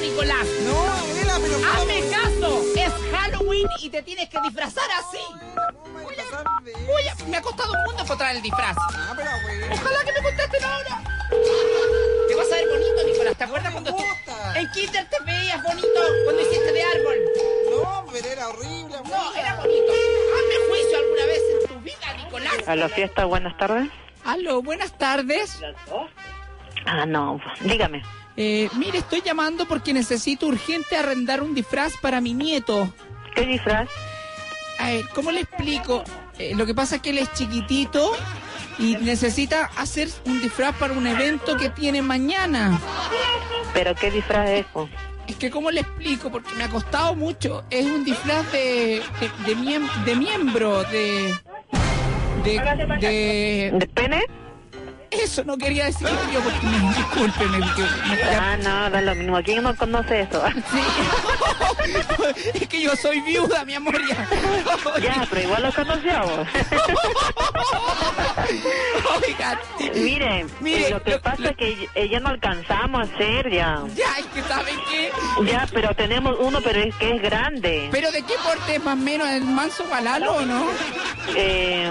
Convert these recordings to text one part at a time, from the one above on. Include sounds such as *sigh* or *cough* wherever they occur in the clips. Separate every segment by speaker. Speaker 1: Nicolás.
Speaker 2: No, Adela, pero por
Speaker 1: Hazme
Speaker 2: favor.
Speaker 1: caso. Es Halloween y te tienes que disfrazar así.
Speaker 2: No, vamos a pasar de-
Speaker 1: Uy, me ha costado un mundo encontrar el disfraz.
Speaker 2: Ah, pero bueno.
Speaker 1: Ojalá que me contesten ahora. Te vas a ver bonito, Nicolás. ¿Te acuerdas
Speaker 2: No me
Speaker 1: cuando tú
Speaker 2: gusta.
Speaker 1: en Kinder te veías bonito cuando hiciste de árbol?
Speaker 2: No, pero era horrible.
Speaker 1: No,
Speaker 2: amiga.
Speaker 1: era bonito. Hazme juicio alguna vez en tu vida, Nicolás.
Speaker 3: A la fiesta, buenas tardes.
Speaker 1: Aló, buenas tardes.
Speaker 3: Ah, no, dígame.
Speaker 1: Eh, mire, estoy llamando porque necesito urgente arrendar un disfraz para mi nieto.
Speaker 3: ¿Qué disfraz?
Speaker 1: A ver, ¿cómo le explico? Eh, lo que pasa es que él es chiquitito y necesita hacer un disfraz para un evento que tiene mañana.
Speaker 3: ¿Pero qué disfraz es? po?
Speaker 1: Es que, ¿cómo le explico? Porque me ha costado mucho. Es un disfraz de, de, de miem- de miembro, de... De, de-
Speaker 3: ¿De pene?
Speaker 1: Eso no quería decir yo, porque me, *laughs* disculpen, el que me
Speaker 3: Ah, no, da lo mismo. Aquí no conoce *laughs* eso.
Speaker 1: Sí. *laughs* es que yo soy viuda, mi amor. Ya. *laughs*
Speaker 3: ya, pero igual lo *laughs* conocíamos.
Speaker 1: Oiga, sí.
Speaker 3: Mire,
Speaker 1: Mire,
Speaker 3: lo que
Speaker 1: lo-
Speaker 3: pasa
Speaker 1: lo-
Speaker 3: es que eh, ya no alcanzamos a hacer ya.
Speaker 1: ya, es que ¿saben qué?
Speaker 3: Ya, pero tenemos uno, pero es que es grande.
Speaker 1: ¿Pero de qué porte es más o menos el manso balalo o no?
Speaker 3: Eh,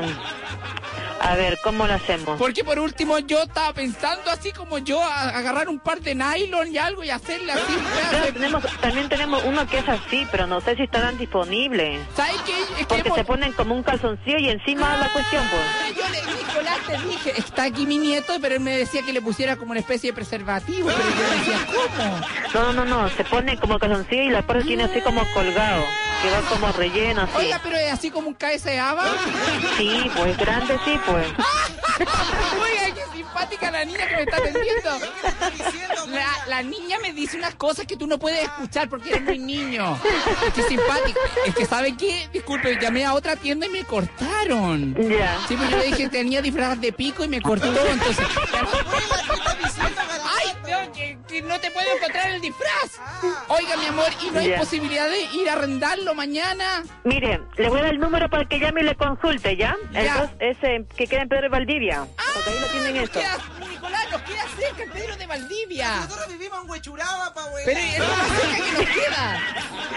Speaker 3: a ver, ¿cómo lo hacemos?
Speaker 1: Porque por último yo estaba pensando así como yo, a- agarrar un par de nylon y algo y hacerle así.
Speaker 3: Pero
Speaker 1: ¿sabes?
Speaker 3: tenemos, también tenemos uno que es así, pero no sé si estarán disponibles.
Speaker 1: ¿Sabes qué? Es que
Speaker 3: Porque
Speaker 1: hemos- Ah,
Speaker 3: se ponen como un calzoncillo y encima la cuestión, pues.
Speaker 1: Yo le, Nicolás, te dije, está aquí mi nieto, pero él me decía que le pusiera como una especie de preservativo. Pero yo decía, ¿cómo?
Speaker 3: No, no, no, no, se pone como calzoncillo y la parte tiene así como colgado, que va como relleno, así.
Speaker 1: Oiga, pero es así como un cabeza de
Speaker 3: *laughs*
Speaker 1: haba.
Speaker 3: Sí, pues grande, sí, pues.
Speaker 1: Oiga, qué simpática la niña que me está atendiendo.
Speaker 2: Estoy diciendo,
Speaker 1: La,
Speaker 2: amiga.
Speaker 1: la niña me dice unas cosas que tú no puedes escuchar porque eres muy niño. Es que simpático. Es que, ¿sabe qué? Disculpe, llamé a otra tienda y me cortaron.
Speaker 3: Ya.
Speaker 1: Sí, pues yo le dije, tenía disfraz de pico y me cortó, entonces...
Speaker 2: Oye, ¿qué estás diciendo, garota?
Speaker 1: ¡Ay, no, que, que no te puedo encontrar el disfraz!
Speaker 2: Ah.
Speaker 1: Oiga, mi amor, ¿y no hay
Speaker 3: Ya.
Speaker 1: posibilidad de ir a arrendarlo mañana?
Speaker 3: Mire, le voy a dar el número para que llame y le consulte, ¿ya?
Speaker 1: Ya.
Speaker 3: Entonces, ese que queda en Pedro de Valdivia. Porque ahí lo tienen
Speaker 1: Nos
Speaker 3: esto.
Speaker 1: queda, Nicolás, nos queda cerca el Pedro de Valdivia.
Speaker 2: Nosotros vivimos en Huechuraba, pa' abuela.
Speaker 1: Pero eh, es lo más cerca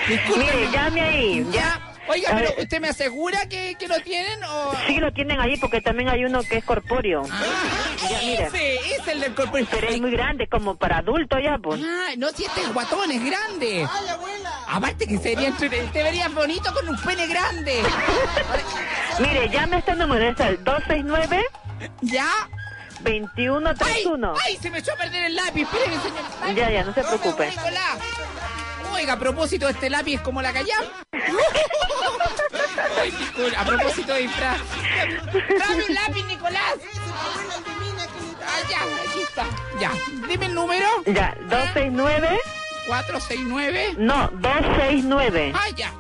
Speaker 1: que nos queda.
Speaker 3: Mire, llame ahí, ya.
Speaker 1: Ya. Oiga,
Speaker 3: A
Speaker 1: pero
Speaker 3: ver.
Speaker 1: ¿usted me asegura que, que lo tienen o...?
Speaker 3: Sí lo tienen ahí porque también hay uno que es corpóreo. Ya, mire.
Speaker 1: Ah, Ese, ese es el del cuerpo.
Speaker 3: Pero es muy grande, como para adulto ya, pues.
Speaker 1: Ah, no, si este es guatón, es grande. *laughs*
Speaker 2: Ay, abuela.
Speaker 1: Aparte que sería entretenido, te verías bonito con un pene grande.
Speaker 3: Mire, llame a este número, es el 269
Speaker 1: ¿Ya? ¡Ay!
Speaker 3: 2131.
Speaker 1: ¡Ay! Se me echó a perder el lápiz. Espérenme, señor. Ay,
Speaker 3: Pues Ya, ya, no se
Speaker 2: No me
Speaker 3: preocupe.
Speaker 2: gusta.
Speaker 1: Nicolás. Oiga, a propósito, este lápiz es como la callam. *laughs* Ay, disculpa, a propósito de disfraz. Dame un lápiz, Nicolás.
Speaker 2: Ese, pa' abuela, el de mina que le
Speaker 1: Ah, ya, aquí está. Ya. Dime el número.
Speaker 3: Ya, 269,
Speaker 1: 469.
Speaker 3: no, 269.
Speaker 1: Ah, ya.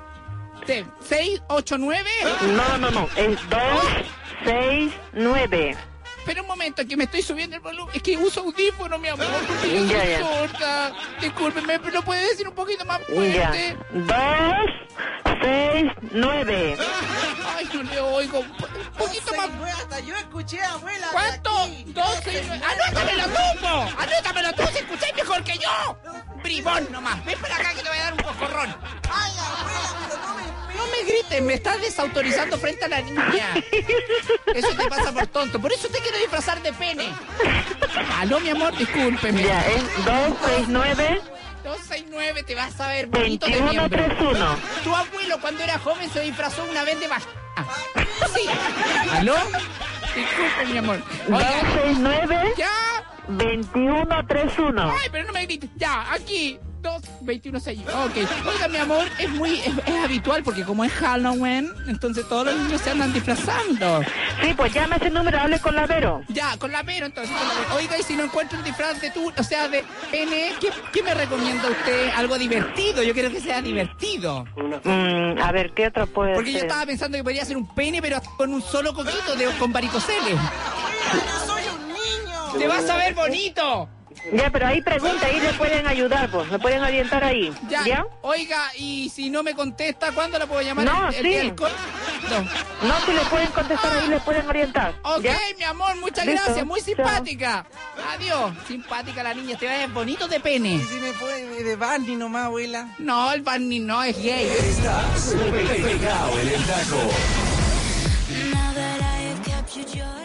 Speaker 1: Sí, 689.
Speaker 3: No, no, no, es 269.
Speaker 1: Espera un momento, que me estoy subiendo el volumen. Es que uso audífono, mi amor, porque yo
Speaker 3: Ya,
Speaker 1: soy
Speaker 3: ya.
Speaker 1: sorda. Discúlpeme, pero lo puede decir un poquito más
Speaker 3: Ya,
Speaker 1: fuerte.
Speaker 3: 269.
Speaker 1: Ay, no le oigo. Un po- un poquito
Speaker 2: Doce
Speaker 1: más.
Speaker 2: y nueve, Hasta yo escuché, abuela. de
Speaker 1: ¿Cuánto?
Speaker 2: aquí.
Speaker 1: Doce. y nueve. ¡Anótamelo tú, po! ¡Anótamelo tú! ¡Si escucháis mejor que yo! Bribón nomás. Ven para acá que te voy a dar un cocorrón.
Speaker 2: Ay, abuela, pero no me
Speaker 1: Ah, No me grites, me estás desautorizando frente a la niña. Eso te pasa por tonto. Por eso te quiero disfrazar de pene. Aló, mi amor, discúlpeme.
Speaker 3: Ya, es 269,
Speaker 1: 269, te vas a ver bonito de miembro.
Speaker 3: 2131.
Speaker 1: Tu abuelo cuando era joven se disfrazó una vez de vaca. Sí. ¿Aló? Disculpe, mi amor. Oiga,
Speaker 3: 269,
Speaker 1: ya.
Speaker 3: 2131.
Speaker 1: Ay, pero no me grites. Ya, aquí. 2, 21, 6. Ok. Oiga, mi amor, es muy. Es, es habitual porque como es Halloween, entonces todos los niños se andan disfrazando.
Speaker 3: Sí, pues llame ese número, hable con la Vero.
Speaker 1: Ya, con la mero entonces. con la mero. Oiga, y si no encuentro un disfraz de tú, o sea, de pene, ¿qué, qué me recomienda usted? Algo divertido. Yo quiero que sea divertido.
Speaker 3: Mm, a ver, ¿qué otro puede
Speaker 1: Porque yo
Speaker 3: ser?
Speaker 1: estaba pensando que podría ser un pene, pero con un solo coquito, de, con varicoceles.
Speaker 2: Abuela, yo soy un niño.
Speaker 1: ¡Te vas a ver bonito!
Speaker 3: Ya, pero ahí pregunta, ahí le pueden ayudar, pues, me pueden orientar ahí.
Speaker 1: Ya.
Speaker 3: ¿Ya?
Speaker 1: Oiga, y si no me contesta, ¿cuándo la puedo llamar?
Speaker 3: No, sí.
Speaker 1: miércoles? contestando.
Speaker 3: No, si le pueden contestar ahí, le pueden orientar.
Speaker 1: Ok,
Speaker 3: ¿Ya?
Speaker 1: mi amor, muchas
Speaker 3: Listo.
Speaker 1: gracias, muy
Speaker 3: Chao.
Speaker 1: simpática. Adiós. Simpática la niña, te ves bonito de pene.
Speaker 2: Y si me fue de Barney nomás, abuela.
Speaker 1: No, el Barney no es gay.
Speaker 4: Estás pegado en el taco.
Speaker 5: Now that I have captured your